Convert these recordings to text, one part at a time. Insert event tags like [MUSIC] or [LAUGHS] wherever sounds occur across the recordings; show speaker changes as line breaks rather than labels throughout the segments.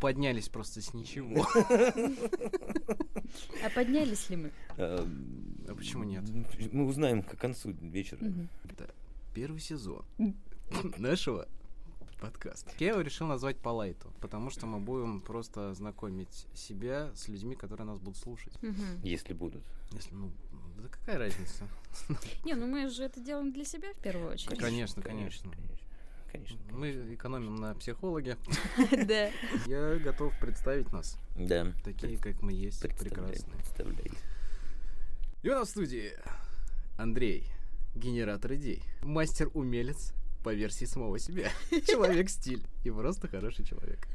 Поднялись просто с [LAUGHS] ничего.
А поднялись ли мы?
А почему нет?
ну, Мы узнаем к концу вечера.
Мгм.
Это первый сезон нашего подкаста. Я его решил назвать по лайту, потому что мы будем просто знакомить себя с людьми, которые нас будут слушать.
Мгм.
Если будут.
Если, ну, да какая разница?
Не, ну мы же это делаем для себя в первую очередь.
Конечно, конечно.
конечно.
Ну,
Конечно. конечно.
Мы экономим на психологе.
[LAUGHS] Да.
Я готов представить нас,
Да.
такие, как мы есть,
Представляй,
прекрасные.
представляй.
И у нас в студии Андрей, генератор идей, мастер-умелец по версии самого себя, человек-стиль и просто хороший человек.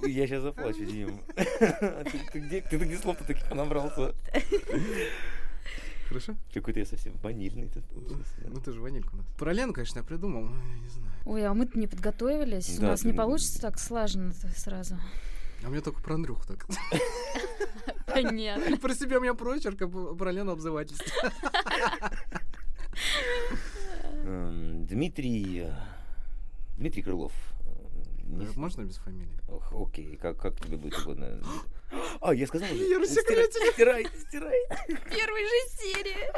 Ну, Я сейчас
[LAUGHS]
заплачу, Дим. Ты- Ты где ты где слов-то таких понабрался?
Хорошо?
Какой-то я совсем ванильный тут.
Ну ты же ванилька у нас. Про Лену, конечно, я придумал, но я не знаю.
Ой, а мы-то не подготовились. У
Да,
нас не
м.
получится так слаженно сразу.
А мне только про Андрюху так. [LAUGHS]
А Понятно.
Про себя у меня прочерк, а про Лену обзывательство. [LAUGHS]
Эм, Дмитрий... э, Дмитрий Крылов. Э, не с-
Можно без фамилии?
Ох, Окей, как, как тебе будет
[GASPS]
угодно. А, я сказал уже.
Я рассекретила.
Стирай, стирай.
Первой же серии.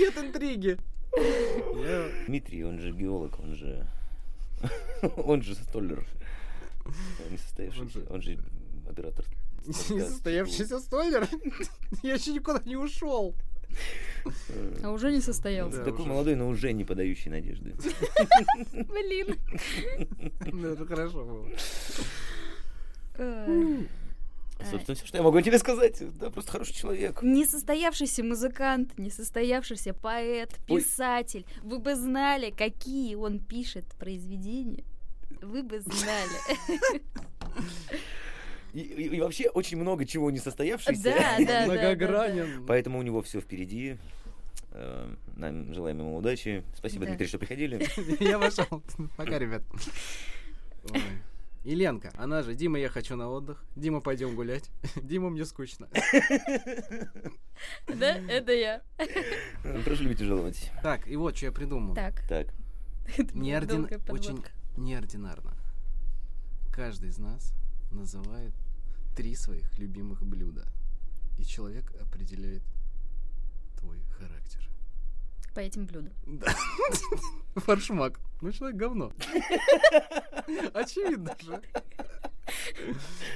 Нет интриги. Я-
Дмитрий, он же геолог, он же... [LAUGHS] Он же столер. Он несостоявшийся,
же-
он же типа, модератор.
Несостоявшийся столер. [LAUGHS] Я еще никуда не ушел.
Э,
А уже не
он
состоялся.
Да,
Такой
уже.
молодой, но уже не подающий
[LAUGHS]
надежды.
Блин.
Ну это хорошо было.
Э,
Собственно, все, что я могу тебе сказать. Да, просто хороший человек.
Ну. Несостоявшийся музыкант, несостоявшийся поэт,
Ой.
писатель. Вы бы знали, какие он пишет произведения. Вы бы знали.
И, и- и вообще очень много чего не состоявшийся.
Да, да, да.
Многогранен.
[LAUGHS] Поэтому у него все впереди. Э, Нам желаем ему удачи. Спасибо,
Да.
Дмитрий, что приходили.
[LAUGHS] Я вошел. Пока, ребят. Ой. И Ленка, она же Дима, я хочу на отдых. Дима, пойдем гулять. [LAUGHS] Дима, мне скучно.
[LAUGHS] да. Да, это я.
Э, Прошу любить и жаловать.
Так, и вот что я придумал.
Так.
Так.
это была
Неордин-
долгая
Очень
подводка.
неординарно. Каждый из нас называет три своих любимых блюда. И человек определяет твой [LAUGHS] характер.
По этим блюдам.
Да. Фаршмак. Ну, человек [LAUGHS] говно. Очевидно [LAUGHS] же.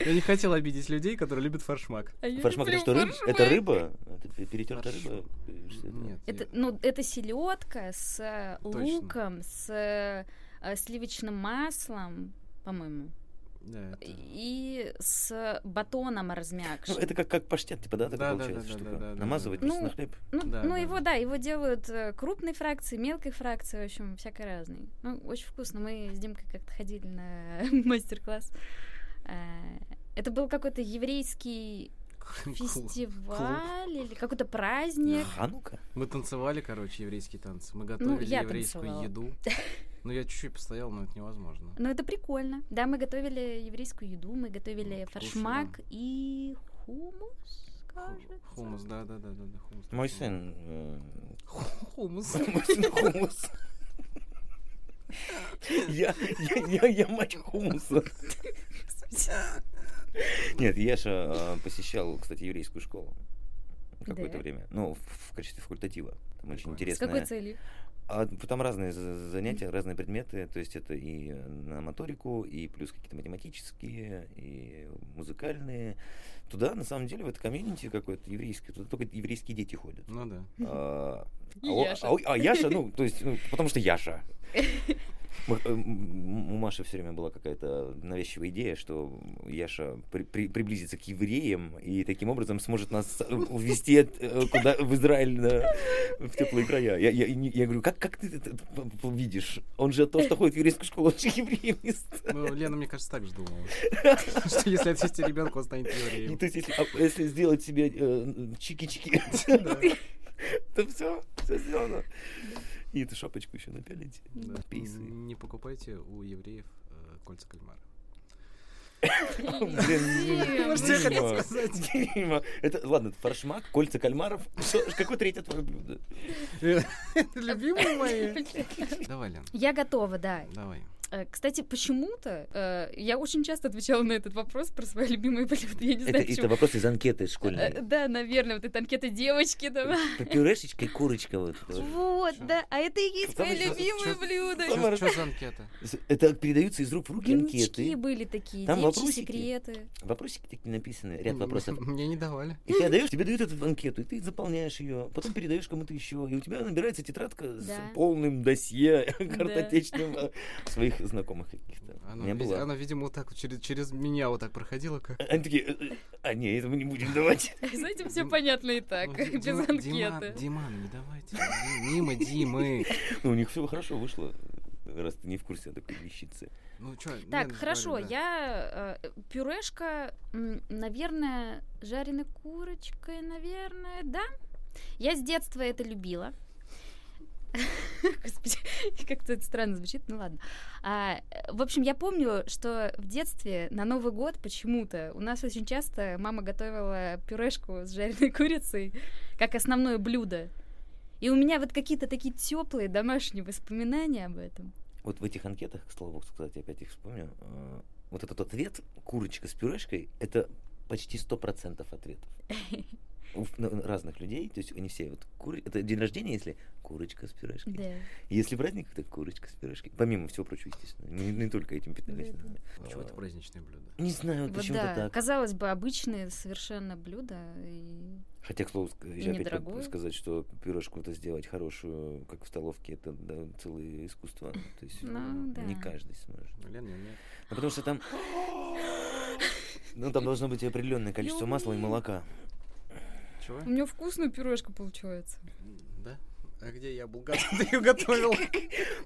Я не хотел обидеть людей, которые любят фаршмак.
Фаршмак это что, рыб? Это рыба? Это пе- перетертая рыба? Э, что это?
Нет.
Это,
я-
ну, это селедка с э,
Точно.
луком, с э, сливочным маслом, по-моему,
да, это- [LAUGHS]
и с батоном
Ну,
размякшим.
это как, как паштет, типа, да, такая
Да-да-да-да-да-да-да.
получается штука?
Да-да-да.
Намазывать просто
Ну,
на хлеб?
Ну,
Да,
ну
да,
его,
да.
да, его делают э, крупной фракции, мелкой фракции, в общем, всякой разной. Ну, очень вкусно. Мы с Димкой как-то ходили на [LAUGHS] мастер-класс. Э, Это был какой-то еврейский фестиваль или какой-то праздник.
Ханука?
Мы танцевали, короче, еврейские танцы. Мы готовили
Ну, я
еврейскую
танцевала. [LAUGHS]
еду. Ну, я чуть-чуть постоял, но это невозможно.
Но это прикольно. Да, мы готовили еврейскую еду, мы
Вкусно.
готовили фаршмак и хумус, кажется.
Ху- Хумус, да, да, да, да, да, хумус.
Мой
точно.
сын... э, [LAUGHS]
Ху- Хумус.
Мой сын хумус. Я, я, я, я мать хумуса. Нет, я же э, посещал, кстати, еврейскую школу какое-то
Да?
время. Ну, в, в качестве факультатива. Там очень
Прикольно. С
С какой
интересное.
целью?
А там разные за- занятия, разные предметы, то есть это и на моторику, и плюс какие-то математические, и музыкальные. Туда, на самом деле, в это комьюнити какое-то еврейское, туда только еврейские дети ходят.
[LAUGHS] Ну да.
А
И
а о-
Яша.
а о- а Яша, ну, то есть, ну, потому что Яша. Мы- э, м- У Маши все время была какая-то навязчивая идея, что Яша при- при- приблизится к евреям и таким образом сможет нас э, увезти от, э, куда в Израиль на- в теплые края. Я, я- не- я говорю, как, как ты это п- п- видишь? Он же от того, что ходит в еврейскую школу, он же евреем не ст-
Ну, Лена, мне кажется, так же
[LAUGHS]
думала. Что если отвести ребенка, он станет
И
евреем.
то есть, если, а, если сделать себе э, чики-чики,
Да.
то все, все сделано. И эту шапочку еще напялить.
Да.
Писы.
Не покупайте у евреев э, кольца кальмара.
[LAUGHS] Блин,
Вот что я хотел
Дима.
сказать.
Дима. Это, ладно, это форшмак, кольца кальмаров. Что- Какое третье твое блюдо?
[LAUGHS]
Это Любимые мои. Давай, Лен,
Я готова, да.
давай.
Э, Э, Кстати, почему-то э, я очень часто отвечала на этот вопрос про свои любимые блюда. Я не
Это,
знаю,
это
почему.
вопрос из анкеты
Э,
школьной.
Да, наверное, вот эта анкета девочки там.
П- Пюрешечка и курочка. вот это вот.
Вот,
Чё?
да. А это и есть
Там
мои
ещё-
любимые
чё-
блюда.
Что за анкета?
Это передаются из рук в руки
Дневнички
анкеты.
были такие,
Там
девичьи
вопросики.
секреты.
Вопросики такие написаны, ряд вопросов.
[LAUGHS] Мне не давали.
И ты отдаешь, тебе дают эту анкету, и ты заполняешь ее, потом передаешь кому-то еще, и у тебя набирается тетрадка
Да.
с полным досье
Да.
картотечным э, своих знакомых каких-то. У
Она,
меня
вид-
была.
она, видимо, вот так вот через, через меня вот так проходила, как.
Они такие, «Э, э, а не, это мы не будем давать.
С этим все
Дим-
понятно и так,
Ну, Ди-
без
Дима- Дима-
анкеты.
Диман, не давайте. Ди- Мимо Димы.
[LAUGHS] Ну, у них все хорошо вышло, раз ты не в курсе о такой вещице.
Ну что,
Так, хорошо, я э, пюрешка, м, наверное, жареной курочкой, наверное, да? Я с детства это любила. [LAUGHS] Господи, [LAUGHS] как-то это странно звучит, ну ладно. А, э, в общем, я помню, что в детстве на Новый год почему-то у нас очень часто мама готовила пюрешку с жареной [LAUGHS] курицей как основное блюдо. И у меня вот какие-то такие теплые домашние воспоминания об этом.
Вот в этих анкетах, к слову, кстати, опять их вспомню, э, вот этот ответ «курочка с пюрешкой» — это почти 100%
[LAUGHS]
ответов. У ф- на- разных людей, то есть они все вот куры, это день рождения, если курочка с пюрешкой,
Да.
Если праздник, то курочка с пирожки. Помимо всего прочего, естественно. Не, не только этим питались.
Да, да.
наверное.
Почему это
А,
праздничное блюдо?
Не знаю,
Вот
Ну, почему-то
да,
так.
казалось бы, обычные совершенно блюда. И...
Хотя, к слову, ск-
Ну,
я опять
недорогое.
могу сказать, что пирожку-то сделать хорошую, как в столовке, это да, целое искусство. То есть
Ну, да.
не каждый сможет.
Ну, Лен, я нет.
Ну, потому что там... Ну, там должно быть определенное количество масла и
Люблю.
молока.
Чего?
У меня вкусная пюрешка получается.
Да? А где я был готов? [LAUGHS] Ты ее готовил?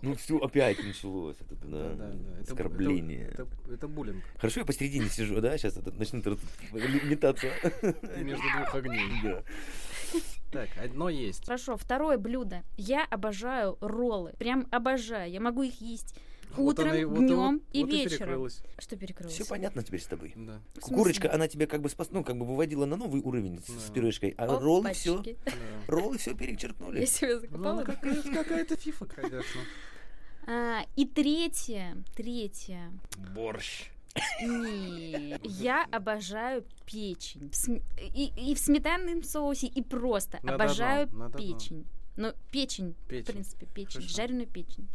Ну, все, опять началось. Это, да,
Это- это-
оскорбление.
Это это буллинг
Хорошо, я посередине сижу, да? Сейчас начну тут метаться.
Э,
между двух огней.
Да.
Так, одно есть.
Хорошо, второе блюдо. Я обожаю роллы. Прям обожаю. Я могу их есть
Вот
утром,
она и- вот и-
днем
вот-
и
вот
вечером.
перекрылась.
Что перекрылось?
Все понятно теперь с тобой.
[LAUGHS]
Да.
В смысле?
Курочка, она тебя как бы спас, ну, как бы выводила на новый уровень с- с
Да.
пирожкой, а роллы все,
Опачки.
да.
роллы все
[LAUGHS] Я
перечеркнули.
себе
Ну, она
закопала.
какая- какая-то фифа, конечно.
А, и третье, третье.
Борщ. [LAUGHS]
Нет. Я обожаю печень. В см- И, и в сметанном соусе, и просто.
Надо
обожаю
одно, надо одно.
печень. Ну, печень, в
Печень.
принципе, печень.
Хорошо.
Жареную печень.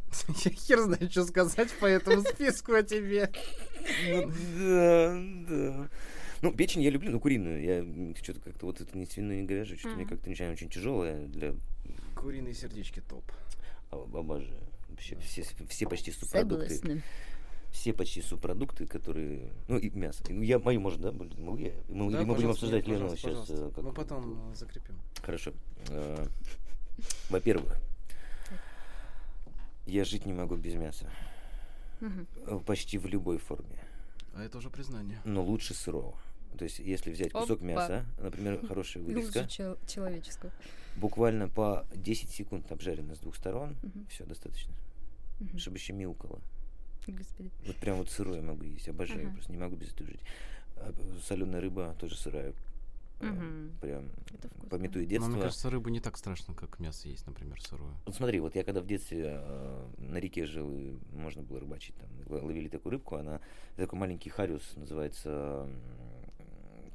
Я [LAUGHS] хер знаю, что сказать по
[LAUGHS]
этому списку о тебе. Ну,
Да, да. Ну, печень я люблю, но куриную. Я что-то как-то вот это не свиную, не говяжью, что-то мне
Ага.
как-то нечаянно очень тяжелое для
Куриные сердечки топ.
а, обожаю. Вообще все, все почти субпродукты.
Согласна.
Все почти субпродукты, которые. Ну, и мясо. Ну, я мою, может, да, блин, могу я? Мы,
Да,
или мы будем
пожалуйста,
обсуждать
нет,
Лену
пожалуйста,
сейчас.
пожалуйста. Мы [LAUGHS] потом э, закрепим.
Хорошо. Э, Во-первых, я жить не могу без мяса.
Мгм.
Э, Почти в любой форме.
А это уже признание.
Но лучше сырого. То есть, если взять кусок
Опа.
мяса, например, хорошая
И
вырезка,
Лучше чел- человеческую.
буквально по 10 секунд обжарено с двух сторон,
Мгм.
все достаточно.
Мгм.
Чтобы еще мяукало.
Господи.
Вот прям вот сырое могу есть, обожаю,
Ага.
просто не могу без этого жить. Соленая рыба тоже сырая. Э,
Мгм.
Прям
Это вкусно.
пометую
Но
детство.
Ну, мне кажется, рыбу не так страшно, как мясо есть, например, сырую.
Вот смотри, вот я когда в детстве э, на реке жил, и можно было рыбачить, там л- ловили такую рыбку, она такой маленький хариус называется, м,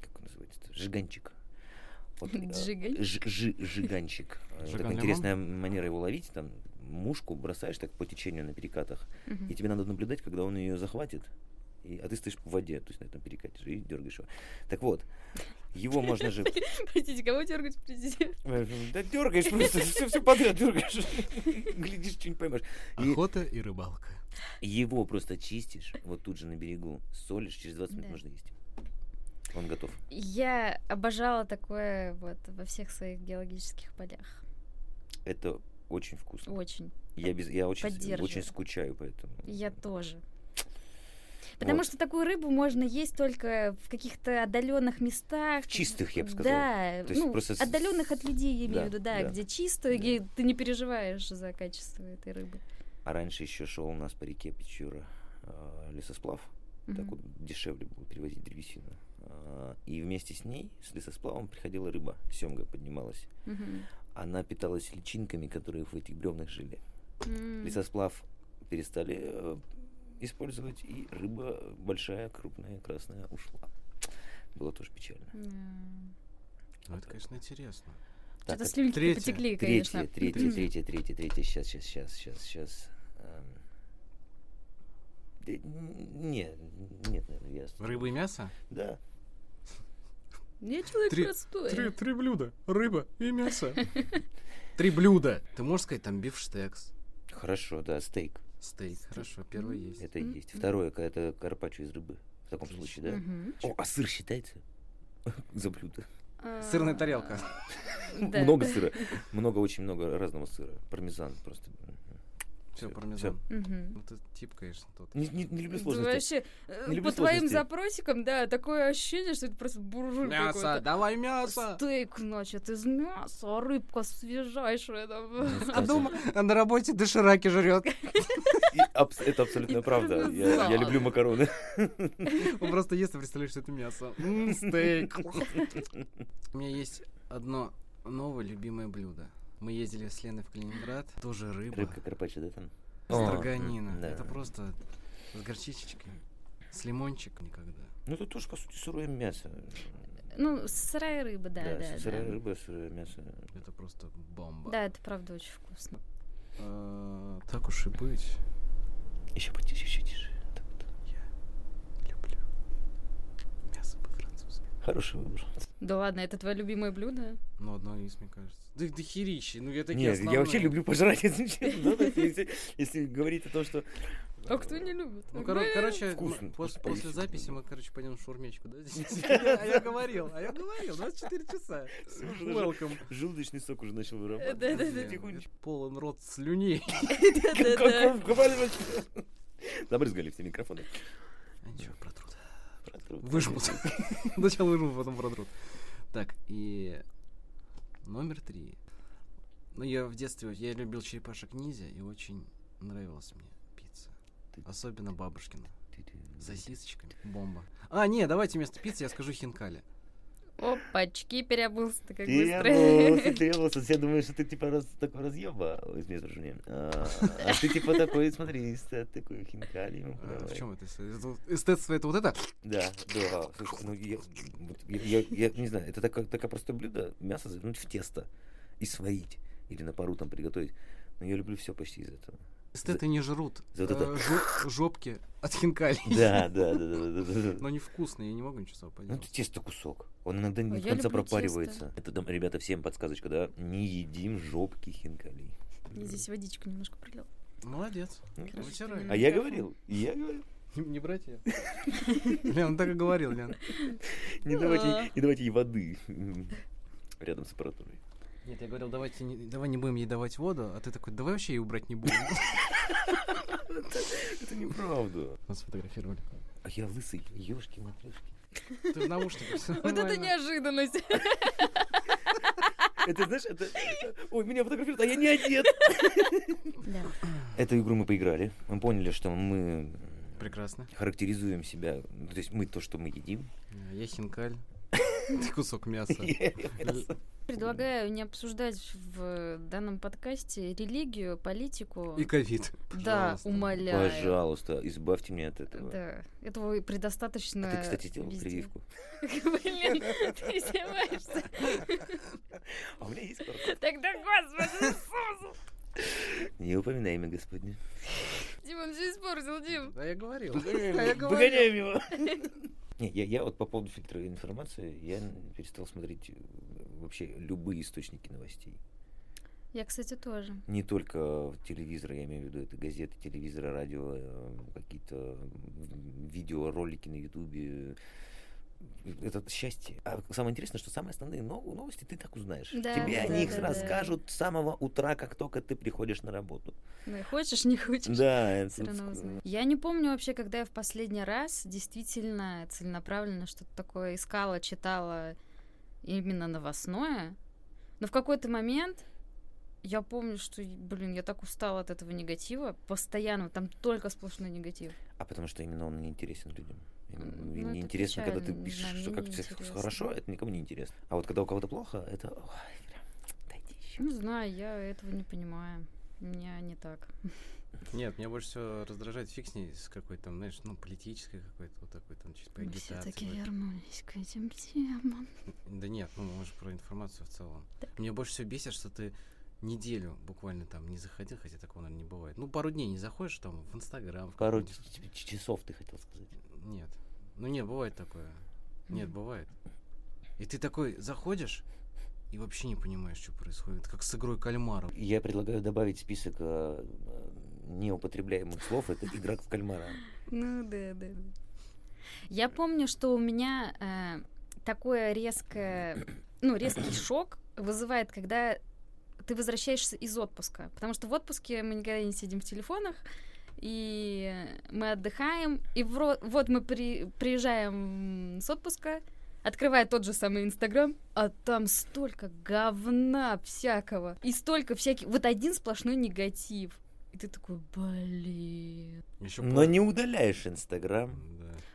как он называется, жиганчик. Вот, э,
Джигань.
ж- жи- [LAUGHS] жиганчик. Э,
Жиган
Такая
лимон?
интересная манера его ловить, там мушку бросаешь так по течению на перекатах,
Мгм.
и тебе надо наблюдать, когда он ее захватит, и, а ты стоишь в воде, то есть на этом перекате и дергаешь его. Так вот, его можно же...
[LAUGHS] Простите, кого дергать президент?
[LAUGHS] Да дергаешь просто, все, все подряд дергаешь. [LAUGHS] Глядишь, что-нибудь поймешь. И
Охота и рыбалка.
его просто чистишь, вот тут же на берегу, солишь, через 20 минут
Да.
можно есть. Он готов.
Я обожала такое вот во всех своих геологических полях.
Это очень вкусно.
Очень.
Я, без, я очень, с-
Поддерживаю.
очень скучаю поэтому.
Я тоже. Потому
Вот.
что такую рыбу можно есть только в каких-то отдаленных местах.
В чистых, я бы сказал.
Да,
То есть
ну,
просто с-
отдаленных от людей, я имею
Да,
в виду, да,
да.
где чисто,
Да.
где ты не переживаешь за качество этой рыбы.
А раньше еще шел у нас по реке Печура э, лесосплав. Так
Мгм.
вот дешевле было перевозить древесину. А, И вместе с ней, с лесосплавом, приходила рыба. Семга поднималась.
Мгм.
Она питалась личинками, которые в этих бревнах жили.
М.
Лесосплав перестали э, использовать, и рыба большая, крупная, красная ушла. Было тоже печально.
Ну, это, конечно, интересно.
Так,
Что-то
это
слюнки
третье.
потекли,
Третье,
конечно.
третье, третье, третье, третье. Сейчас, сейчас, сейчас, сейчас, сейчас. Нет, нет, наверное, я... остановлюсь.
Рыба и мясо?
Да.
Я человек
Три-
простой.
три блюда. Рыба и мясо. [LAUGHS] Три блюда. Ты можешь сказать там бифштекс,
Хорошо, да, стейк.
стейк. Хорошо, первое есть.
Это
М,
есть.
м.
Второе, ка- это карпаччо из рыбы. В таком случае,
Мгм.
да. О, а сыр считается? [LAUGHS] За блюдо.
А,
Сырная тарелка.
[LAUGHS] да,
много
да. [LAUGHS]
сыра. Много, очень много разного сыра. Пармезан просто. Мгм.
Все,
Всё,
пармезан.
Мгм.
Ну, ты тип, конечно, тот.
Не, не- не люблю
Да
сложности.
Вообще, э,
Не люблю
по твоим
сложностей.
запросикам, да, такое ощущение, что это просто буржуй какой-то.
давай
Стейк, значит, из мяса, а рыбка свежайшая. Там.
А дома а на работе дошираки жрет.
И абс- это абсолютная правда. Я, я
Пармезан.
люблю [LAUGHS] макароны.
Он просто ест и представляешь, что это мясо. М, [LAUGHS] стейк. У меня есть одно новое любимое блюдо. Мы ездили с Леной в Калининград. Тоже рыба.
Рыбка карпаччо, да, там? О, м,
Строганина.
да.
Это просто с горчичечкой. С лимончиком никогда.
Ну, это тоже, по сути, сырое мясо.
Ну, сырая рыба, да, да. да.
сырая рыба, сырое мясо.
Это просто бомба.
Да, это правда очень вкусно.
Э, Так уж и быть.
Еще потише, еще тише. Так вот.
Я люблю мясо по-французски.
Хороший выбор.
Да ладно, это твое любимое блюдо?
Ну, одно из, мне кажется. Да, да херищи. Ну, я такие
Нет, я
основные.
вообще люблю пожрать, [LAUGHS] если честно. да, Если если говорить о том, что...
А кто не любит?
Ну, коро- короче, м-
Вкусно,
пос-
вкусно,
после
поесть
записи
люблю.
мы, короче, пойдем в шурмечку, да?
[LAUGHS]
здесь? А я говорил, а я говорил, 24 часа.
Слушай, даже-
Welcome.
[LAUGHS] Желудочный сок уже начал [LAUGHS]
Э,
вырабатывать.
да, да, да.
Тихонечко.
Полон рот слюней.
Да-да-да.
Каков- говорил- Забрызгали все микрофоны.
А ничего, протрут.
Протрут.
Выжмут. [LAUGHS] Сначала выжмут, потом протрут. Так, и номер три. Ну, я в детстве, я любил черепашек ниндзя, и очень нравилась мне пицца. Особенно бабушкина. С Сосисочками. Бомба. А, не, давайте вместо пиццы я скажу хинкали.
Опачки, переобулся ты как [LAUGHS]
Требовался,
быстро.
требовался. Все думают, ну, что ты типа раз- такой разъеба. Ой, извини, прошу меня. А а ты типа такой, смотри, эстет, такой хинкали. ему
А, В
подавай.
чем это? Это Эстетство это вот это?
Да, да. Слушай, ну я, вот я- я- я не знаю, это такое, такое простое блюдо, мясо завернуть в тесто и сварить. Или на пару там приготовить. Но я люблю все почти из
[LAUGHS]
этого.
Эстеты не жрут
за вот
э,
это-
жо- жопки от хинкали.
Да, да, да, да, да, да, да.
Но они вкусные, я не могу ничего с собой
Ну,
поделать.
это тесто кусок. Он иногда не
Ой,
до
я
конца
люблю
пропаривается. Это, там, ребята, всем подсказочка, да? Не едим жопки хинкали.
Я здесь водичку немножко прилил.
Молодец. Вытирай.
А я говорил, я говорил.
Не, не брать ее. Лен, он так и говорил, Лен.
Не давайте,
Да.
не давайте ей воды м, рядом с аппаратурой.
Нет, я говорил, давайте не, давай не будем ей давать воду, а ты такой, давай вообще ее убрать не [LAUGHS] будем.
Это неправда.
Нас сфотографировали.
А я лысый, ешки матрешки.
Ты в наушниках. всё
Вот это
нормально. [LAUGHS]
неожиданность.
Это, знаешь, это... Ой, меня фотографируют, а я не одет.
Да.
Эту игру мы поиграли. Мы поняли, что мы
Прекрасно.
характеризуем себя, ну, то есть мы то, что мы едим.
Да, Я хинкаль. [LAUGHS] Ты кусок мяса.
Предлагаю не обсуждать в данном подкасте религию, политику.
И ковид.
Да,
Пожалуйста.
умоляю.
Пожалуйста, избавьте меня от этого.
Да, этого и предостаточно.
А ты, кстати, сделал
везде.
прививку.
[LAUGHS] Блин, ты издеваешься.
А у меня есть пара.
Тогда, господи, Иисус!
Не упоминай имя Господне.
Димон все испортил, Дим.
Да я говорил. А я говорил.
Выгоняем его. Не, я, я вот по поводу фильтра информации, я перестал смотреть э, вообще любые источники новостей.
Я, кстати, тоже.
Не только телевизор, я имею в виду, это газеты, телевизоры, радио, э, какие-то м, видеоролики на Ютубе. Это счастье. А самое интересное, что самые основные но- новости ты так узнаешь.
Да,
Тебе
да,
о них
да, да.
расскажут с самого утра, как только ты приходишь на работу.
Ну, и хочешь, не хочешь.
Да, это
Все равно
ск-
узнаешь. Я не помню вообще, когда я в последний раз действительно целенаправленно что-то такое искала, читала именно новостное. Но в какой-то момент я помню, что, блин, я так устала от этого негатива. Постоянно, там только сплошной негатив.
А потому что именно он не интересен людям. Им
М,
не-
ну, это
Неинтересно, когда ты
печально, не
пишешь,
знаю,
что
мне
как
не
все
интересно.
хорошо, это никому не интересно. А вот когда у кого-то плохо, это ой, прям дайте еще.
Не знаю, я этого не понимаю. У меня не так.
Нет, меня больше всего раздражает фиг с ней, с какой-то, там, знаешь, ну, политической какой-то, вот такой там, чисто по
Мы
агитации.
все-таки
вот.
вернулись к этим темам.
Да нет, ну, может, про информацию в целом.
Так.
Меня больше всего бесит, что ты неделю буквально там не заходил, хотя такого, наверное, не бывает. Ну, пару дней не заходишь там в Инстаграм. в
Пару ч-
какой-нибудь-
ч- часов ты хотел сказать.
Нет. Ну, нет, бывает такое. Нет,
Мгм.
бывает. И ты такой заходишь и вообще не понимаешь, что происходит. Как с игрой кальмара.
Я предлагаю добавить в список э, э, неупотребляемых слов. Это игра в кальмара.
Ну да, да, да. Я помню, что у меня э, такое резкое, ну, резкий шок вызывает, когда ты возвращаешься из отпуска. Потому что в отпуске мы никогда не сидим в телефонах, и мы отдыхаем. И вро- вот мы при- приезжаем с отпуска, открывая тот же самый Инстаграм, а там столько говна всякого. И столько всяких... Вот один сплошной негатив. И ты такой, блин.
Еще
Но не удаляешь Инстаграм.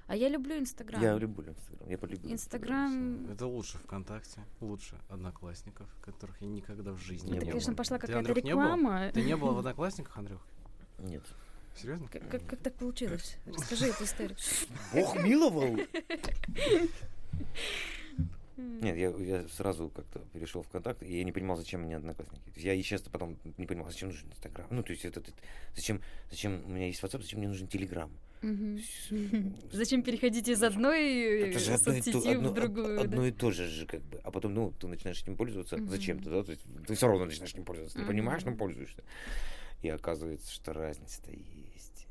А я люблю Инстаграм.
Я люблю Инстаграм. Я полюбил
Инстаграм.
Это лучше ВКонтакте, лучше Одноклассников, которых я никогда в жизни
Не
не
Это,
был.
конечно,
было.
пошла
Ты,
какая-то
Андрюх, не было?
реклама.
Ты не была в Одноклассниках, Андрюх?
Нет.
Серьезно?
Как, как- как так получилось? Расскажи
[LAUGHS]
эту историю.
Бог миловал! Нет, я, я сразу как-то перешел в контакт, и я не понимал, зачем мне одноклассники. То есть Я и часто потом не понимал, зачем нужен Инстаграм. Ну, то есть это, ты- зачем, зачем у меня есть WhatsApp, зачем мне нужен Телеграм?
Мгм. [LAUGHS]
С-
Зачем переходить из одной
Это же
э,
одно и, то,
соцсети
одно,
в
од-
другую? да?
одно и то же же как бы. А потом, ну, ты начинаешь этим пользоваться
Мгм.
зачем-то, да? То есть ты все равно начинаешь этим пользоваться. Ты
Мгм.
понимаешь, но пользуешься. И оказывается, что разница-то есть.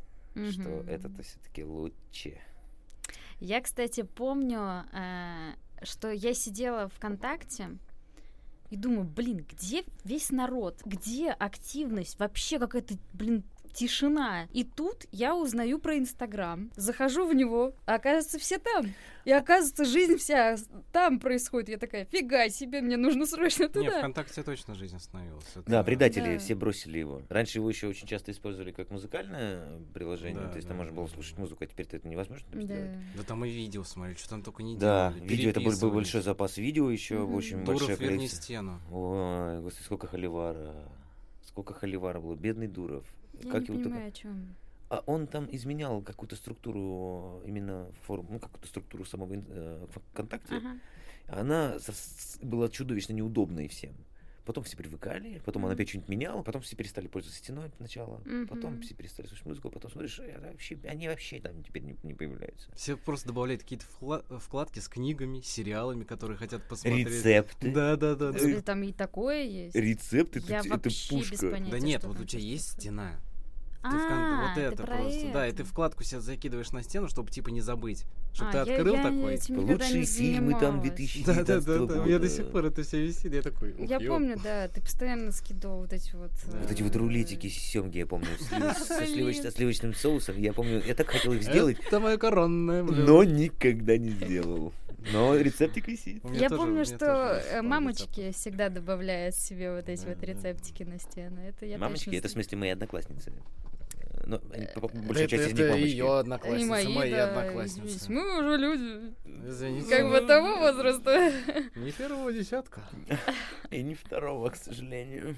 Что
Мгм.
это-то все-таки лучше.
Я, кстати, помню, э, что я сидела ВКонтакте и думаю, блин, где весь народ? Где активность? Вообще какая-то, блин, тишина. И тут я узнаю про Инстаграм, захожу в него, а оказывается, все там. И оказывается, жизнь вся с- там происходит. Я такая, фига себе, мне нужно срочно
Не,
туда.
ВКонтакте точно жизнь остановилась.
Да,
Это-
предатели
Да.
все бросили его. Раньше его еще очень часто использовали как музыкальное приложение,
Да,
то есть
да,
там можно
да,
было
да.
слушать музыку, а теперь-то это невозможно там
Да.
сделать.
Да там и видео смотрели, что там только не
Да,
делали.
видео это был- был
переписывались.
большой запас видео еще,
Мгм.
очень
Дуров,
большая
верни
коллекция.
стену.
Ой, господи, сколько холивара. Сколько холивара было, бедный Дуров.
Я
Как
не
его только-
понимаю, о чем.
А он там изменял какую-то структуру э, именно форм, ну какую-то структуру самого ин- э, ВКонтакте. Она со- с- была чудовищно неудобной всем. Потом все привыкали, потом она
Мгм.
опять что-нибудь меняла, потом все перестали пользоваться стеной сначала, потом
Мгм.
все перестали слушать музыку, а потом смотришь, э, она вообще, они вообще там теперь не, не появляются.
Все просто добавляют какие-то вкла- вкладки с книгами, сериалами, которые хотят посмотреть.
Рецепты.
Да, да, да. да.
Господи, Там и такое есть.
Рецепты
Я
это, т- это
вообще без
пушка.
понятия,
Да нет,
что
вот у
там
тебя
сейчас
есть
происходит.
стена. Ты в кон-
А,
вот это
ты про
просто. Да, и ты
это.
вкладку себя закидываешь на стену, чтобы типа не забыть. Чтобы
А,
ты
я-
открыл
я
такой.
этим никогда не
типа, Лучшие фильмы там
занималась.
2019
[LAUGHS] Да, да, да, да. У меня до
года.
сих пор это все висит. Я такой.
Я
ух, ёп.
помню, да, ты постоянно скидывал вот эти вот... э,
Вот эти вот рулетики с семги, я помню,
[LAUGHS]
с- со сливоч-
Блин.
со сливочным соусом. Я помню, я так хотел
Э?
их сделать,
Это мое коронное блюдо.
но никогда не сделал. Но рецептик висит.
У меня
Я
тоже- у
помню,
меня
что
тоже есть
э,
пару рецептов.
мамочки всегда добавляют себе вот эти
Да,
вот
да.
рецептики на стены. Это я
Мамочки,
точно
это в
знаю.
смысле мои одноклассницы. Ну, они,
Э,
по- по- большая
Э, Это
часть из них
это ее
мамочки.
Они
одноклассница,
э, мои,
мои
да, извините,
одноклассницы.
Мы уже люди.
Извините.
Как бы того возраста.
Не первого десятка.
И не второго, к сожалению.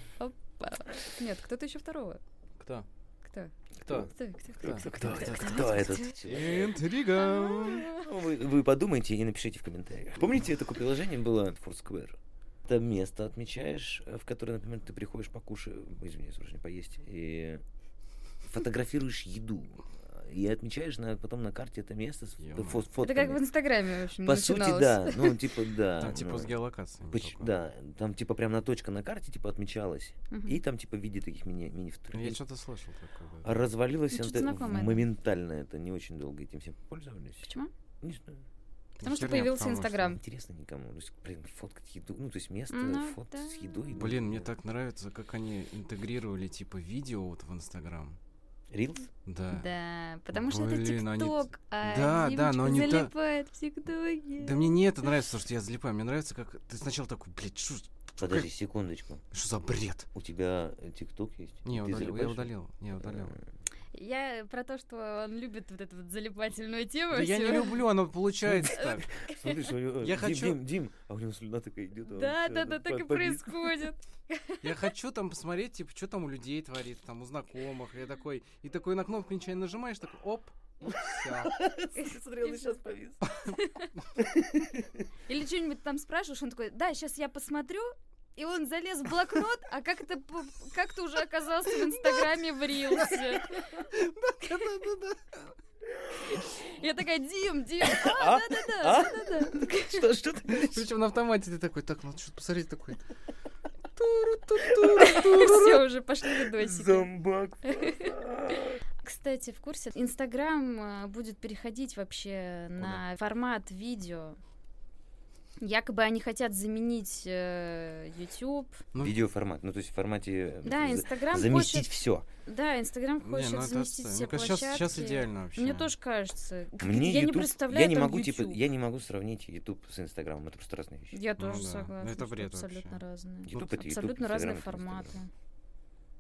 Нет, кто-то еще второго.
Кто?
Кто?
Кто?
Кто? Кто?
Кто?
Кто,
Кто? кто,
этот-
кто,
кто
кто,
этот
кто?
человек?
Интрига.
Ну, Вы, вы подумайте и напишите в комментариях. Помните, это такое приложение было Foursquare? Это место отмечаешь, э, в которое, например, ты приходишь покушать, извини, слушай, не поесть, и фотографируешь еду. И отмечаешь на, потом на карте это место с
Ё-моё.
фо- фотками.
Это как в Инстаграме, в общем,
По сути, да.
начиналось.
Ну, типа,
[LAUGHS]
да.
Там типа
ну,
с геолокацией.
поч- Да, там типа прям на точка на карте типа отмечалась.
Мгм.
И там типа в виде таких мини мини
Ну, Я что-то слышал такое. да.
Развалилось
Ну,
оно
что-то знакомое, да.
моментально это, не очень долго этим всем пользовались.
Почему?
Не знаю.
Потому что
Херня,
появился
потому что-
Инстаграм.
интересно никому. То есть, блин, фоткать еду, ну, то есть место,
Ну
фото
да.
с едой. ну,
Блин, мне
да.
так нравится, как они интегрировали типа видео вот в Инстаграм.
Рилс?
Да.
Да, потому что это
Блин, они-
ТикТок, а
Да, да, но
Димочка
они та-
залипает в ТикТоке.
Да мне не это нравится, потому что я залипаю. Мне нравится, как ты сначала такой, блядь, что,
Подожди, секундочку.
что за бред?
У тебя э, ТикТок есть?
Не, я
Ты
удалил, я
залипаешь?
удалил, не, я удалил.
Э,
Я про то, что он любит вот эту вот залипательную тему.
Да я не
всю.
люблю, оно получается так.
Смотришь, у него, э,
Я
Дим,
хочу-
Дим, Дим, а у него слюна такая идет. а он
Да,
всё,
да, да,
ну,
так и
по- по- [LAUGHS]
происходит.
Я хочу там посмотреть, типа, что там у людей творится, там у знакомых. Я такой, и такой на кнопку ничего не нажимаешь, такой, оп, и всё.
Смотри, он сейчас
[LAUGHS]
повис.
Или что-нибудь там спрашиваешь, он такой, да, сейчас я посмотрю, и он залез в блокнот, а как то как ты уже оказался в Инстаграме в Рилсе?
Да-да-да-да.
Я такая, Дим, Дим, а, да-да-да,
А?
да-да-да.
[LAUGHS] Что, что ты
[LAUGHS]
говоришь?
Причем на автомате ты такой, так, надо что-то посмотреть такой.
Все, уже пошли видосики. [LAUGHS]
Зомбак.
Кстати, в курсе, Инстаграм э, будет переходить вообще на формат видео. Якобы они хотят заменить э, YouTube.
Ну.
Видеоформат, ну то есть в формате э,
Да,
за-
Инстаграм
заместить
хочет...
все.
Да, Инстаграм
Не, ну
хочет
это
заместить все
отстой. Ну,
площадки.
сейчас, сейчас идеально вообще.
Мне тоже кажется. Как-
Мне
я не
YouTube-
представляю
я не
там
могу
YouTube.
типа, я не могу сравнить YouTube с Инстаграмом, это просто разные вещи.
Я тоже
да.
согласна.
Ну, это
что
бред
абсолютно
вообще.
разные.
YouTube это YouTube,
абсолютно
Instagram
разные
это Instagram.
форматы.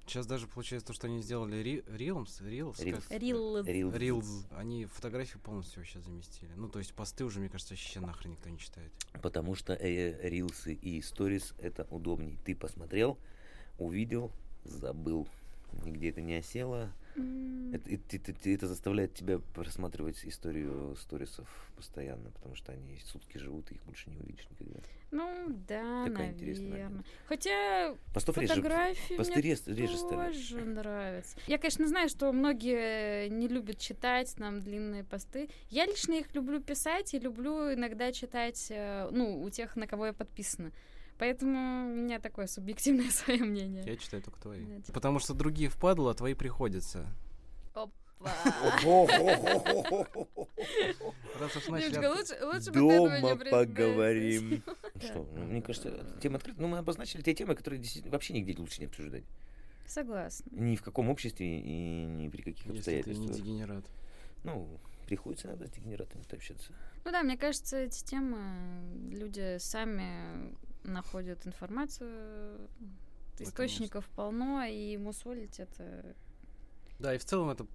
Сейчас даже получается то, что они сделали ри- Reels, Reels,
Reels.
как-
Рилл.
Reels.
Reels. Они фотографии полностью вообще заместили. Ну, то есть посты уже, мне кажется, вообще нахрен никто не читает.
Потому что э, рилсы и сторис это удобней. Ты посмотрел, увидел, забыл. Нигде это не осело. Это, и ты- ты- ты- это заставляет тебя просматривать историю сторисов постоянно, потому что они сутки живут, и их больше не увидишь никогда.
Ну, да,
Такой интересный
наверное.
момент.
Хотя
Постов реже.
фотографии
Посты
мне
реже, реже стали.
тоже нравятся. Я, конечно, знаю, что многие не любят читать нам длинные посты. Я лично их люблю писать и люблю иногда читать, э, ну, у тех, на кого я подписана. Поэтому у меня такое субъективное [LAUGHS] свое мнение.
Я читаю только твои.
Нет.
Потому что другие впадло, а твои приходится.
[LAUGHS]
Опа.
Раз уж начали...
Девочка,
от-
лучше, лучше бы ты этого
Дома
не призна-
поговорим.
Да.
Что, ну, мне кажется, эта тема открыта. Ну, мы обозначили те темы, которые действительно вообще нигде лучше не обсуждать.
[LAUGHS] Согласна.
Ни в каком обществе и ни при каких
Если ты не
обстоятельствах.
дегенерат.
Ну, приходится надо с дегенератами общаться.
Ну да, мне кажется, эти темы э, люди сами находят информацию,
Да,
источников полно, и мусолить это...
Да, и в целом это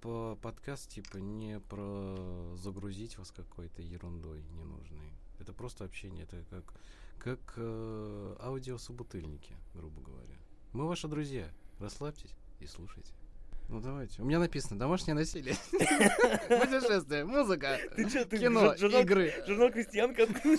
по- подкаст, типа, не про загрузить вас какой-то ерундой ненужной. Это просто общение, это как, как э, аудиосубутыльники, грубо говоря. Мы ваши друзья. Расслабьтесь и слушайте. Ну давайте. У меня написано «Домашнее насилие». [LAUGHS] Путешествие, музыка,
что, [LAUGHS] ты
кино, игры.
журнал «Крестьянка» открыл,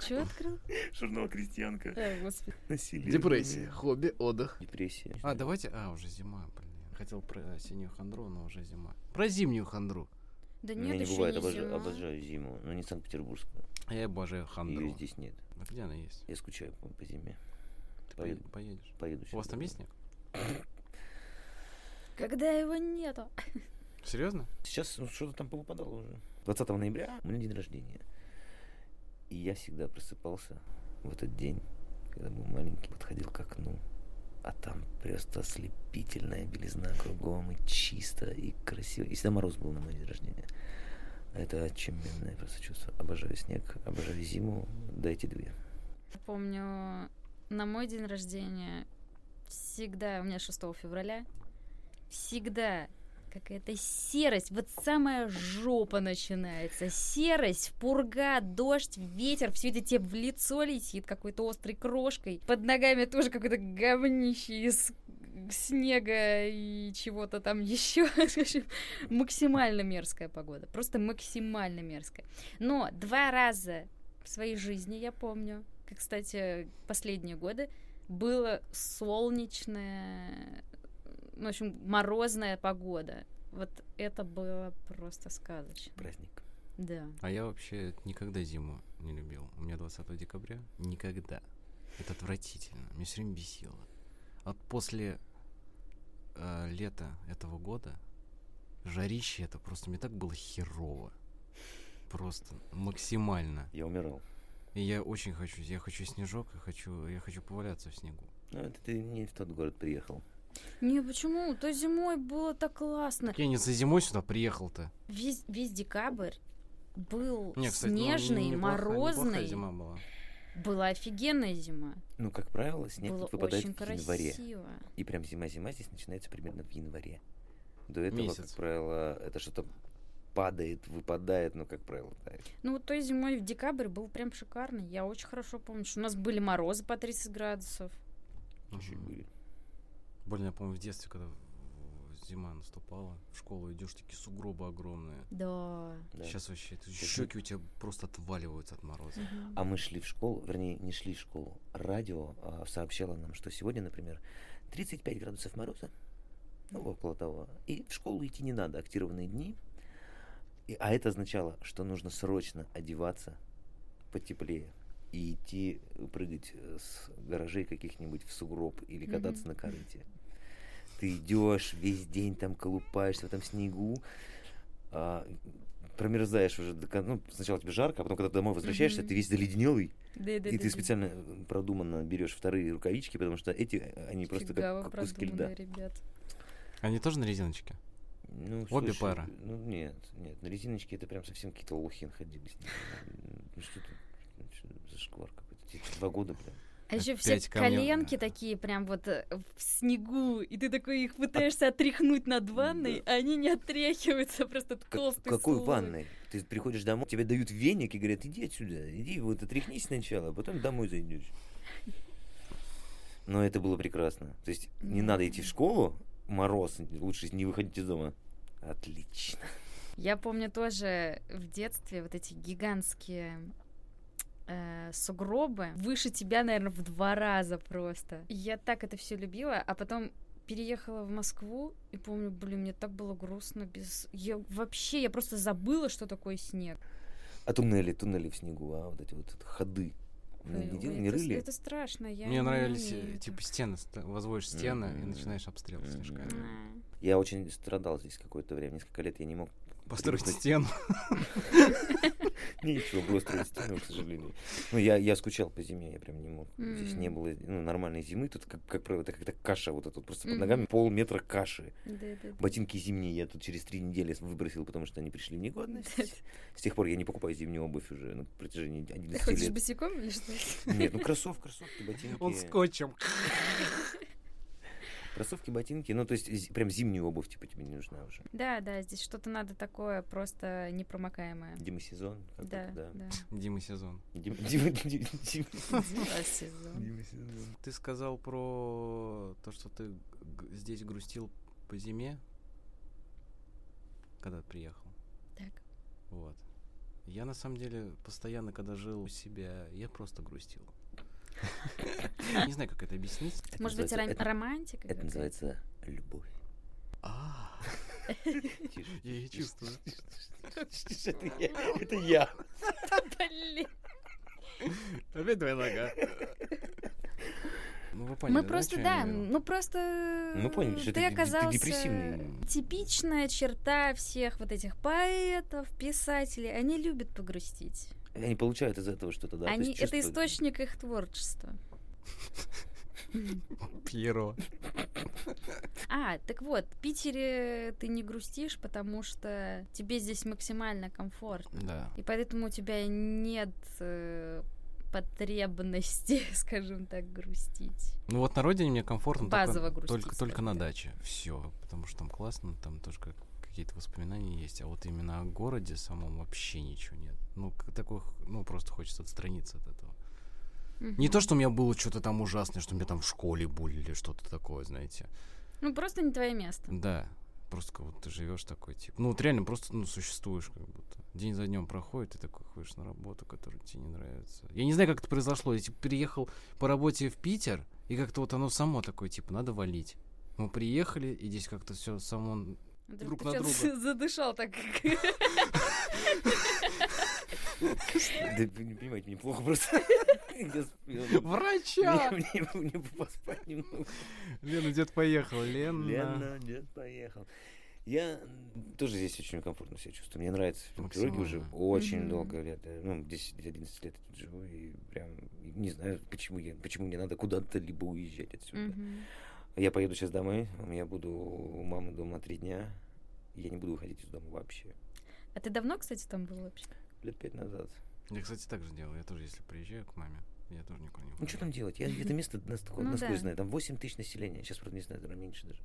Чего открыл?
[LAUGHS] Журнал «Крестьянка».
Э, господи.
Насилие.
Депрессия, хобби, отдых.
Депрессия.
А, давайте... А, уже зима, блин. Хотел про осеннюю хандру, но уже зима. Про зимнюю хандру.
Да
У меня Ну, не
нет, еще
бывает,
не
обожа-
зима.
обожаю зиму, но не Санкт-Петербургскую.
А Я обожаю
Ее
хандру.
здесь нет.
А где она есть?
Я скучаю по, по зиме.
Ты
Поеду.
поед- поедешь?
Поеду
У вас
сейчас
там
домой.
есть снег?
Когда его нету. [LAUGHS]
Серьезно?
Сейчас ну, что-то там повыпадало уже. 20 ноября у меня день рождения. И я всегда просыпался в этот день, когда был маленький, подходил к окну. А там просто ослепительная белизна кругом, и чисто, и красиво. И всегда мороз был на мой день рождения. Это отчеменное просто чувство. Обожаю снег, обожаю зиму. Дайте две.
Я Помню, на мой день рождения всегда, у меня 6 февраля, всегда какая-то серость, вот самая жопа начинается, серость, пурга, дождь, ветер, все это тебе в лицо летит какой-то острой крошкой, под ногами тоже какое-то говнище из снега и чего-то там [LAUGHS] еще. Максимально мерзкая погода, просто максимально мерзкая. Но два раза в своей жизни, я помню, как, кстати, последние годы, было солнечное, ну, в общем, морозная погода. Вот это было просто сказочно.
Праздник.
Да.
А я вообще никогда зиму не любил. У меня 20 декабря. Никогда. Это отвратительно. Меня все время бесило. А после э, лета этого года жарище это просто мне так было херово. Просто максимально.
Я умирал.
И я очень хочу, я хочу снежок, я хочу, я хочу поваляться в снегу.
Ну, это ты не в тот город приехал.
Не, почему? То зимой было так классно.
Так Я не за зимой сюда приехал-то.
Весь, весь декабрь был
Не, кстати, ну, не-
снежный,
неплохая- неплохая
морозный.
зима была.
Была офигенная зима.
Ну, как правило, снег
было
тут выпадает
очень
в январе.
красиво.
И прям зима-зима здесь начинается примерно в январе. До этого,
Месяц.
как правило, это что-то падает, выпадает, ну, как правило, да.
Ну, вот той зимой в декабрь был прям шикарный. Я очень хорошо помню, что у нас были морозы по 30 градусов.
чуть-чуть
Мгм.
были.
Больно, я помню, в детстве, когда в- зима наступала, в школу идешь, такие сугробы огромные.
Да.
да.
Сейчас вообще ты-
Сейчас
щеки у тебя просто отваливаются от мороза.
[LAUGHS]
Мгм.
А мы шли в школу, вернее, не шли в школу. Радио а, сообщало нам, что сегодня, например, 35 градусов мороза, ну, около того. И в школу идти не надо, актированные дни. И, а это означало, что нужно срочно одеваться потеплее и идти прыгать э, с гаражей каких-нибудь в сугроб или
Мгм.
кататься на корыте. Ты идешь весь день там колупаешься в этом снегу, а, промерзаешь уже до кон- Ну, сначала тебе жарко, а потом, когда ты домой возвращаешься,
Мгм.
ты весь заледенелый,
Да, да,
и
да,
ты
да.
специально э, продуманно берешь вторые рукавички, потому что эти, э, они просто
Фига
как,
вы
как куски льда.
продуманные, ребят.
Они тоже на резиночке?
Ну,
Обе
слушай,
пары?
Ну, нет, нет, на резиночке это прям совсем какие-то лохи находились. Ну, что ты, что за шквар какой-то? Тебе что, два года, блин.
А еще все
Опять ко мне,
коленки
да.
такие прям вот э, в снегу, и ты такой их пытаешься отряхнуть над ванной, а они не отряхиваются, просто
Как-
толстый
какой
слой.
ванной? Ты приходишь домой, тебе дают веник и говорят, иди отсюда, иди вот отряхнись сначала, а потом домой зайдешь. Но это было прекрасно. То есть не
Ну
надо идти в школу, мороз, лучше не выходить из дома. Отлично.
Я помню тоже в детстве вот эти гигантские э, сугробы выше тебя, наверное, в два раза просто. И Я так это все любила, а потом переехала в Москву и помню, блин, мне так было грустно без... Я вообще, я просто забыла, что такое снег.
А туннели, туннели в снегу, а вот эти вот ходы. Ну,
Ой,
не, дел-
ой,
не
это, с-
рыли?
Это страшно, я
Мне
не
нравились э,
умею
типа стены, ст- возводишь стены и
Мгм.
начинаешь обстрел
Мгм.
так.
снежками.
А.
Я очень страдал здесь какое-то время, несколько лет я не мог [LAUGHS]
Построить
Привыкнуть. [LAUGHS]
стену.
ничего было строить стену, к сожалению. Ну, я, я скучал по зиме, я прям не мог. Здесь не
М.
было ну, нормальной зимы, тут, как, как правило, это как-то каша вот эта, вот просто под
Мгм.
ногами полметра каши.
Да, да, да.
Ботинки зимние я тут через три недели выбросил, потому что они пришли в негодность. С тех пор я не покупаю зимнюю обувь уже на протяжении
Ты
11
ходишь
лет.
[LAUGHS] босиком или что?
Нет, ну кроссов, кроссовки, ботинки.
Он скотчем. [LAUGHS]
Кроссовки, ботинки, ну то есть зи- прям зимнюю обувь типа тебе не нужна уже.
Да, да, здесь что-то надо такое просто непромокаемое.
Димасезон. какой-то,
Да,
да.
да.
Дима сезон.
Дим- Дима- Дим- Дим-
Зима, сезон.
Ты сказал про то, что ты г- здесь грустил по зиме, когда приехал.
Так.
Вот. Я на самом деле постоянно, когда жил у себя, я просто грустил. [LAUGHS] Не знаю, как это объяснить.
Это
Может быть,
называется-
ром-
это-
романтика?
Это
какая-то? [LAUGHS]
называется любовь.
А,
Тише.
я ее чувствую. [LAUGHS]
Тише, Это я. Это я.
Блин.
Опять твоя нога. Ну, вы поняли,
Мы
да,
просто,
чё я
да,
имел?
ну просто...
Ну, поняли, что ты
ты
де- де- ты
оказался...
депрессивный.
Типичная черта всех вот этих поэтов, писателей. Они любят погрустить.
Они получают из этого что-то, да? то
Они...
есть
Это
чувство-
источник их творчества.
[LAUGHS]
Пьеро.
А, так вот, в Питере ты не грустишь, потому что тебе здесь максимально комфортно.
Да.
И поэтому у тебя нет э, потребности, [LAUGHS] скажем так, грустить.
Ну вот на родине мне комфортно только-
Базово
только,
грустить,
только,
скажем
на
так.
даче. Все, потому что там классно, там тоже как- какие-то воспоминания есть, а вот именно о городе самом вообще ничего нет. Ну, к- такой, х- ну, просто хочется отстраниться от этого. Не то, что у меня было что-то там ужасное, что меня там в школе булили, что-то такое, знаете.
Ну, просто не твое место.
Да, просто как будто ты живешь такой, тип. Ну, вот реально просто, ну, существуешь как будто. День за днем проходит, ты такой ходишь на работу, которая тебе не нравится. Я не знаю, как это произошло. Я, типа, переехал по работе в Питер, и как-то вот оно само такое, типа, надо валить. Мы приехали, и здесь как-то все само... Друг
ты
на
чё-то
друга.
[LAUGHS] задышал так.
Да вы не понимаете, мне плохо
[LAUGHS]
просто. Я сп- я-
Врача!
Мне мне- мне бы поспать немного.
Лена, дед поехал. Лена.
Лена, дед поехал. Я тоже здесь очень комфортно себя чувствую. Мне нравится в Петербурге уже
Максимально.
очень
Мгм.
долго лет. э, Ну, 10-11 лет я тут живу, и прям не знаю, почему, я, почему мне надо куда-то либо уезжать отсюда.
Мгм.
Я поеду сейчас домой, я буду у мамы дома три дня. Я не буду выходить из дома вообще.
А ты давно, кстати, там был вообще?
Лет пять назад.
Я, кстати, так же делаю. Я тоже, если приезжаю к маме, я тоже никуда не
Ну,
ухожу.
что там делать? Я это место нас-
Ну
насквозь
да.
знаю. Там 8 тысяч населения. Сейчас, правда, не знаю, наверное, меньше даже.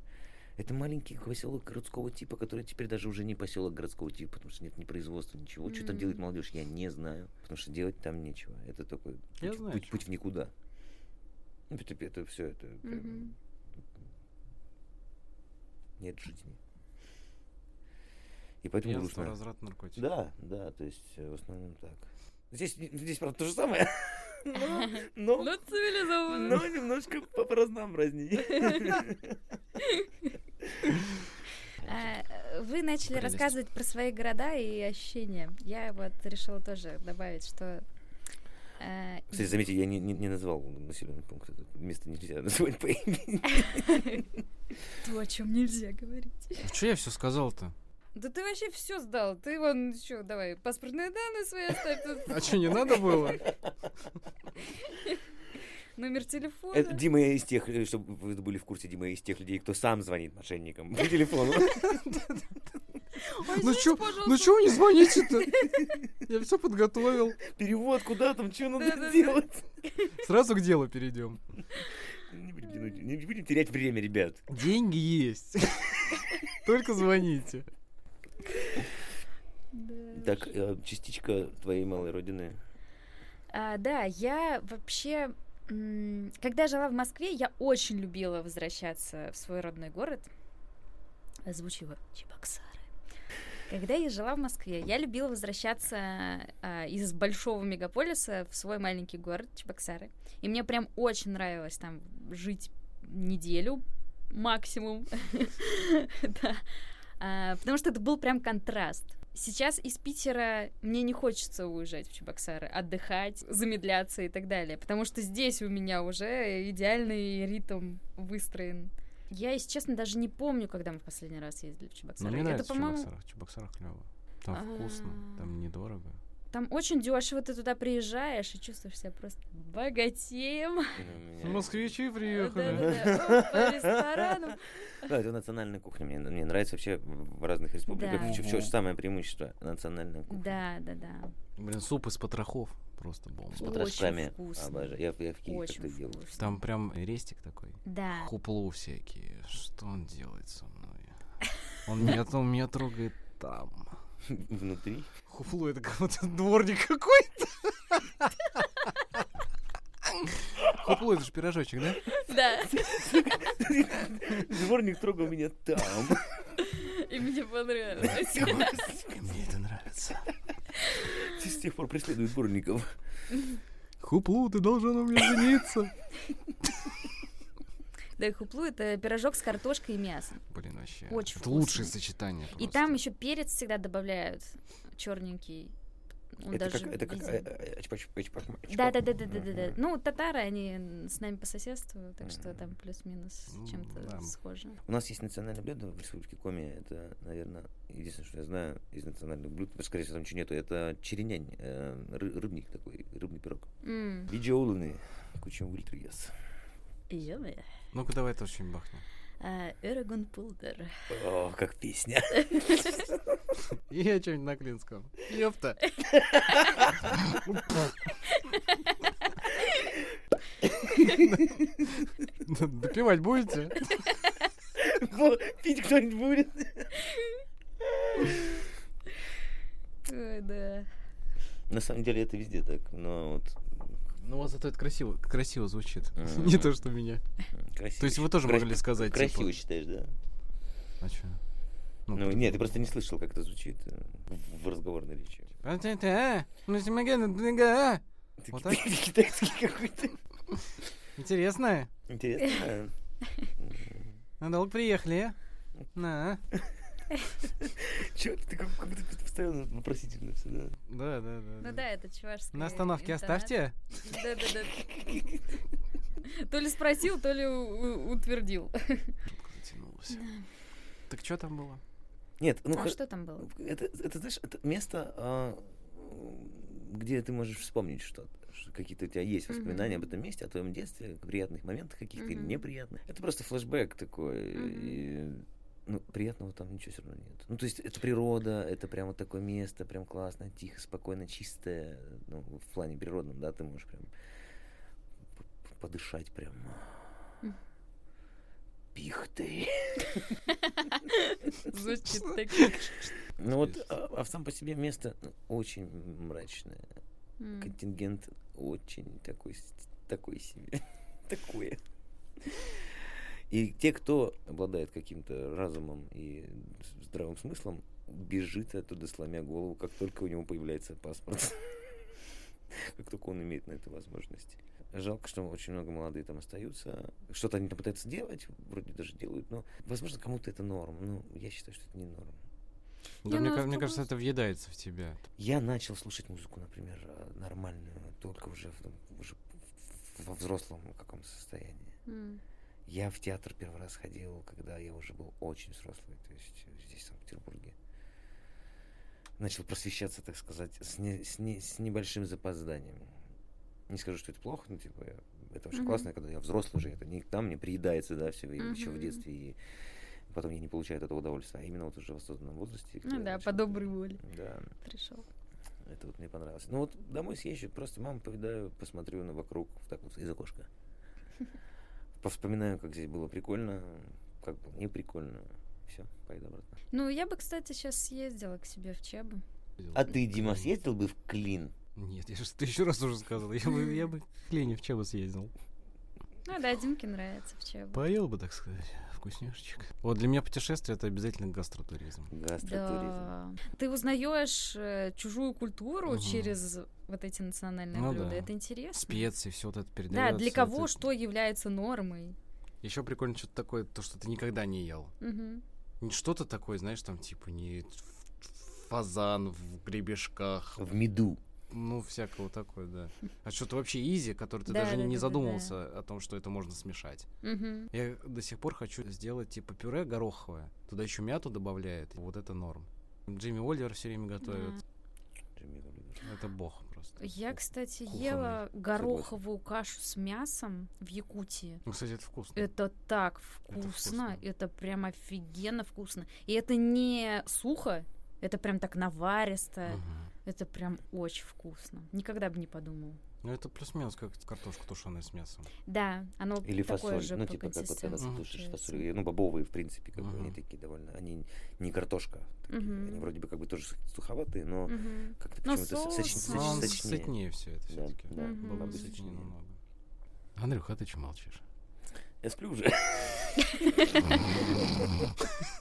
Это маленький поселок городского типа, который теперь даже уже не поселок городского типа, потому что нет ни производства, ничего. Что там делает
М.
молодежь, я не знаю, потому что делать там нечего. Это такой
Я
путь,
знаю,
путь-
чё.
путь в никуда. Ну, это, все, это как бы,
Мгм.
нет жизни. И поэтому
Пьянство,
грустно.
разврат, наркотики.
Да, да, то есть э, в основном так. Здесь, здесь правда, то же самое, [LAUGHS] но, но,
Ну, цивилизованно.
Ну,
но Ну, немножко по- поразнообразнее.
А, э, Вы начали
Прелесть.
рассказывать про свои города и ощущения. Я вот решила тоже добавить, что... э,
[LAUGHS] Кстати, заметьте, я не, не, не назвал населенный пункт. Это место нельзя назвать по имени.
То, о чем нельзя говорить.
А что я все сказал-то?
Да ты вообще все сдал. Ты вон еще давай паспортные данные свои оставь, тут
[LAUGHS] А что, не надо было?
номер
Это
телефона.
Дима из тех, э, чтобы вы были в курсе, Дима из тех людей, кто сам звонит мошенникам по телефону.
Ой,
Ну
извините,
чё,
пожалуйста.
ну чё вы не звоните-то? Я все подготовил.
[LAUGHS] Перевод куда там, что надо
Да-да-да.
делать?
Сразу к делу перейдем.
Не будем тянуть, не будем терять время, ребят.
Деньги есть. Только звоните.
Да.
Так, э, частичка твоей малой родины.
А, да, я вообще, м, когда жила в Москве, я очень любила возвращаться в свой родной город. Озвучила Чебоксары. Когда я жила в Москве, я любила возвращаться а, из большого мегаполиса в свой маленький город Чебоксары. И мне прям очень нравилось там жить неделю максимум. [LAUGHS] Да. А, Потому что это был прям контраст. Сейчас из Питера мне не хочется уезжать в Чебоксары, отдыхать, замедляться и так далее, потому что здесь у меня уже идеальный ритм выстроен. Я, если честно, даже не помню, когда мы в последний раз ездили в
Ну,
Чебоксары.
мне
Это,
нравится в
по-моему,
Чебоксарах. В Чебоксарах клево. Там вкусно, там
А.
недорого.
Там очень дешево, ты туда приезжаешь и чувствуешь себя просто богатеем. [LAUGHS]
У меня-
Ну,
Москвичи приехали.
Да-да-да. О, По ресторанам.
Да, это национальная кухня. Мне, мне нравится вообще в разных республиках.
Да.
В чё- в чём самое преимущество? Национальная кухня.
Да, да, да.
Блин, суп из потрохов. Просто
С
бомба.
Очень
потрошками.
вкусно.
Обожаю. Я, я в Киеве
Очень
как-то делал.
вкусно.
Там прям рестик такой.
Да.
Хуплу всякие. Что он делает со мной? Он меня, он меня трогает там.
Внутри.
Хуплу это какой-то дворник какой-то. Хуплу это же пирожочек, да?
[LAUGHS] Да.
Дворник трогал меня там. [LAUGHS]
И мне понравилось.
Мне это нравится.
С тех пор преследует дворников.
Хуплу, ты должен у меня жениться.
Да, и хуплу это пирожок с картошкой и мясом.
Блин, вообще.
Очень
это лучшее
вкусно.
сочетание
И
просто.
там еще перец всегда добавляют черненький. Он
Это
даже
как... Это как...
виден.
э, э, ачпач- ачпак- ачпак.
Да, да, да, да, да, да, да.
Мгм.
Ну, татары, они м, с нами по соседству, так что
Мгм.
там плюс-минус
Ну,
с чем-то
да.
схоже.
У нас есть национальное блюдо в республике Коми. Это, наверное, единственное, что я знаю из национальных блюд. Скорее всего, там ничего нету. Это черенянь. э, ры- Рыбник такой. Рыбный пирог.
М.
Видеолуны. Куча ультрияс.
Ёме.
Ну-ка давай это очень бахнем.
А, Эрагон Пулдер.
О, как песня. [LAUGHS]
И я что-нибудь на клинском. Ёпта. Допивать будете?
Пить кто-нибудь будет?
Ой, да.
На самом деле это везде так, но вот...
Ну, а зато это красиво, красиво звучит.
Мгм.
Не то, что у меня.
м, красиво.
То есть вы тоже
Крас-
могли сказать, типа,
Красиво считаешь, да?
А чё?
Ну, нет, ты просто не слышал, как это звучит э, в в разговорной речи.
Вот это, а? Ну, Симаген, это, а?
Ты
Вот
ки- Типа, [LAUGHS] китайский какой-то.
Интересно.
Интересно.
Надолго приехали, а? На, а?
Че ты как как будто ты постоянно вопросительно всегда.
Да, да, да.
Ну да, это чувашская
На остановке оставьте.
Да, да, да. То ли спросил, то ли у- у- утвердил.
Шутка затянулась. Так что там было?
Нет, ну
А
хо-
что там было?
это, это, знаешь, это место, а, где ты можешь вспомнить что-то. что Какие-то у тебя есть воспоминания
Мгм.
об этом месте, о твоем детстве, о приятных моментах каких-то или
Мгм.
неприятных. Это просто флешбэк такой.
Мгм.
и, ну, приятного там ничего все равно нет. Ну, то есть, это природа, это прям вот такое место, прям классно, тихо, спокойно, чистое. Ну, в плане природном, да, ты можешь прям п- подышать прям.
М.
пихты.
Звучит так.
Ну вот, а, а сам по себе место очень мрачное.
М.
Контингент очень такой, с- такой себе. [LAUGHS] Такое. И те, кто обладает каким-то разумом и с- здравым смыслом, бежит оттуда, сломя голову, как только у него появляется паспорт. [LAUGHS] Как только он имеет на это возможность. Жалко, что очень много молодых там остаются. Что-то они там пытаются делать, вроде даже делают, но, возможно, кому-то это норм. Но я считаю, что это не норм.
Не,
Да, мне,
ну,
ка-
с
мне
другой
кажется,
с-
это въедается в тебя.
Я начал слушать музыку, например, э, нормальную, только уже, в- там, уже в- во взрослом каком состоянии.
М.
Я в театр первый раз ходил, когда я уже был очень взрослый, то есть э, здесь, в Санкт-Петербурге. Начал просвещаться, так сказать, с, не- с не- с небольшим запозданием. Не скажу, что это плохо, но типа я- это очень
Мгм.
классно, когда я взрослый уже, это не там мне приедается, да, все еще в
Мгм.
детстве, и потом я не получаю от этого удовольствия, а именно вот уже в осознанном возрасте. когда
Ну
я
да,
начал
по
это-
доброй воле
Да,
пришел.
это вот мне понравилось. Ну вот домой съезжу, просто маму повидаю, посмотрю на вокруг, вот так вот из окошка. [LAUGHS] Повспоминаю, как здесь было прикольно, как было не прикольно. Все, поеду обратно.
Ну, я бы, кстати, сейчас съездила к себе в Чебу.
А ты, Дима, съездил бы в Клин?
Нет, я же еще раз уже сказал. Я бы, я бы к Лене в Чебу съездил.
Ну да, Димке нравится в Чебу.
Поел бы, так сказать, вкусняшечек. Вот для меня путешествие это обязательно гастротуризм.
Гастротуризм.
Да. Ты узнаешь э, чужую культуру
Мгм.
через вот эти национальные
Ну
блюда.
да.
Это интересно.
Специи, все вот это
Да,
передается.
для кого что является нормой.
Еще прикольно что-то такое, то, что ты никогда не ел.
Мгм.
Не Что-то такое, знаешь, там типа не ф- фазан в гребешках,
В меду.
ну, всякого такое, да. А что-то вообще изи, который ты
Да,
даже
да,
не
да, да,
задумывался о том, что это можно смешать.
Мгм.
Я до сих пор хочу сделать типа пюре гороховое. Туда еще мяту добавляет. Вот это норм. Джимми Оливер все время готовит.
Джимми Оливер.
Это бог просто.
Я, кстати,
Кухонный.
ела гороховую кашу с мясом в Якутии.
Ну, кстати, это вкусно.
Это так вкусно,
вкусно.
это, прям офигенно вкусно. И это не сухо, это прям так наваристо,
А.
Мгм.
это прям очень вкусно. Никогда бы не подумала.
Ну, это плюс-минус как картошка тушеная с мясом.
Да, оно
Или
такое
фасоль.
же
Ну,
по
типа, как вот когда
консистенции
ты
консистенции
тушишь
получается.
фасоль. Ну, бобовые, в принципе, как бы, они
Мгм.
такие довольно... Они не картошка. такие.
Мгм.
Они вроде бы как бы тоже с- суховатые, но
Мгм.
как-то
Но
почему-то соч-
соус,
соч-
Соч-
Ну, он
соч-
сытнее,
сочнее.
все это
Да,
все-таки.
да,
Мгм.
бобы
Мгм.
сочнее. ну,
сытнее намного. Андрюха, а ты че молчишь?
Я сплю уже.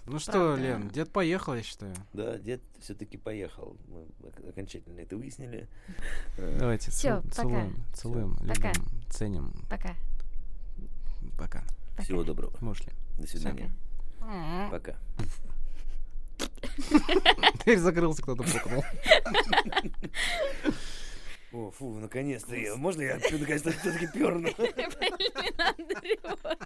Ну что,
Правда.
Лен, дед поехал, я считаю.
Да, дед все-таки поехал. Мы ок- окончательно это выяснили. Э,
Давайте,
Всё,
цел-
пока.
целуем, целуем,
Пока.
любим, ценим.
Пока.
Пока.
пока.
Всего доброго.
Можешь ли?
До
[LAUGHS]
свидания.
Пока.
Пока.
Дверь закрылся, кто-то пукнул.
О, фу, наконец-то. я- Можно я наконец-то все-таки перну?
Блин, Андрюха.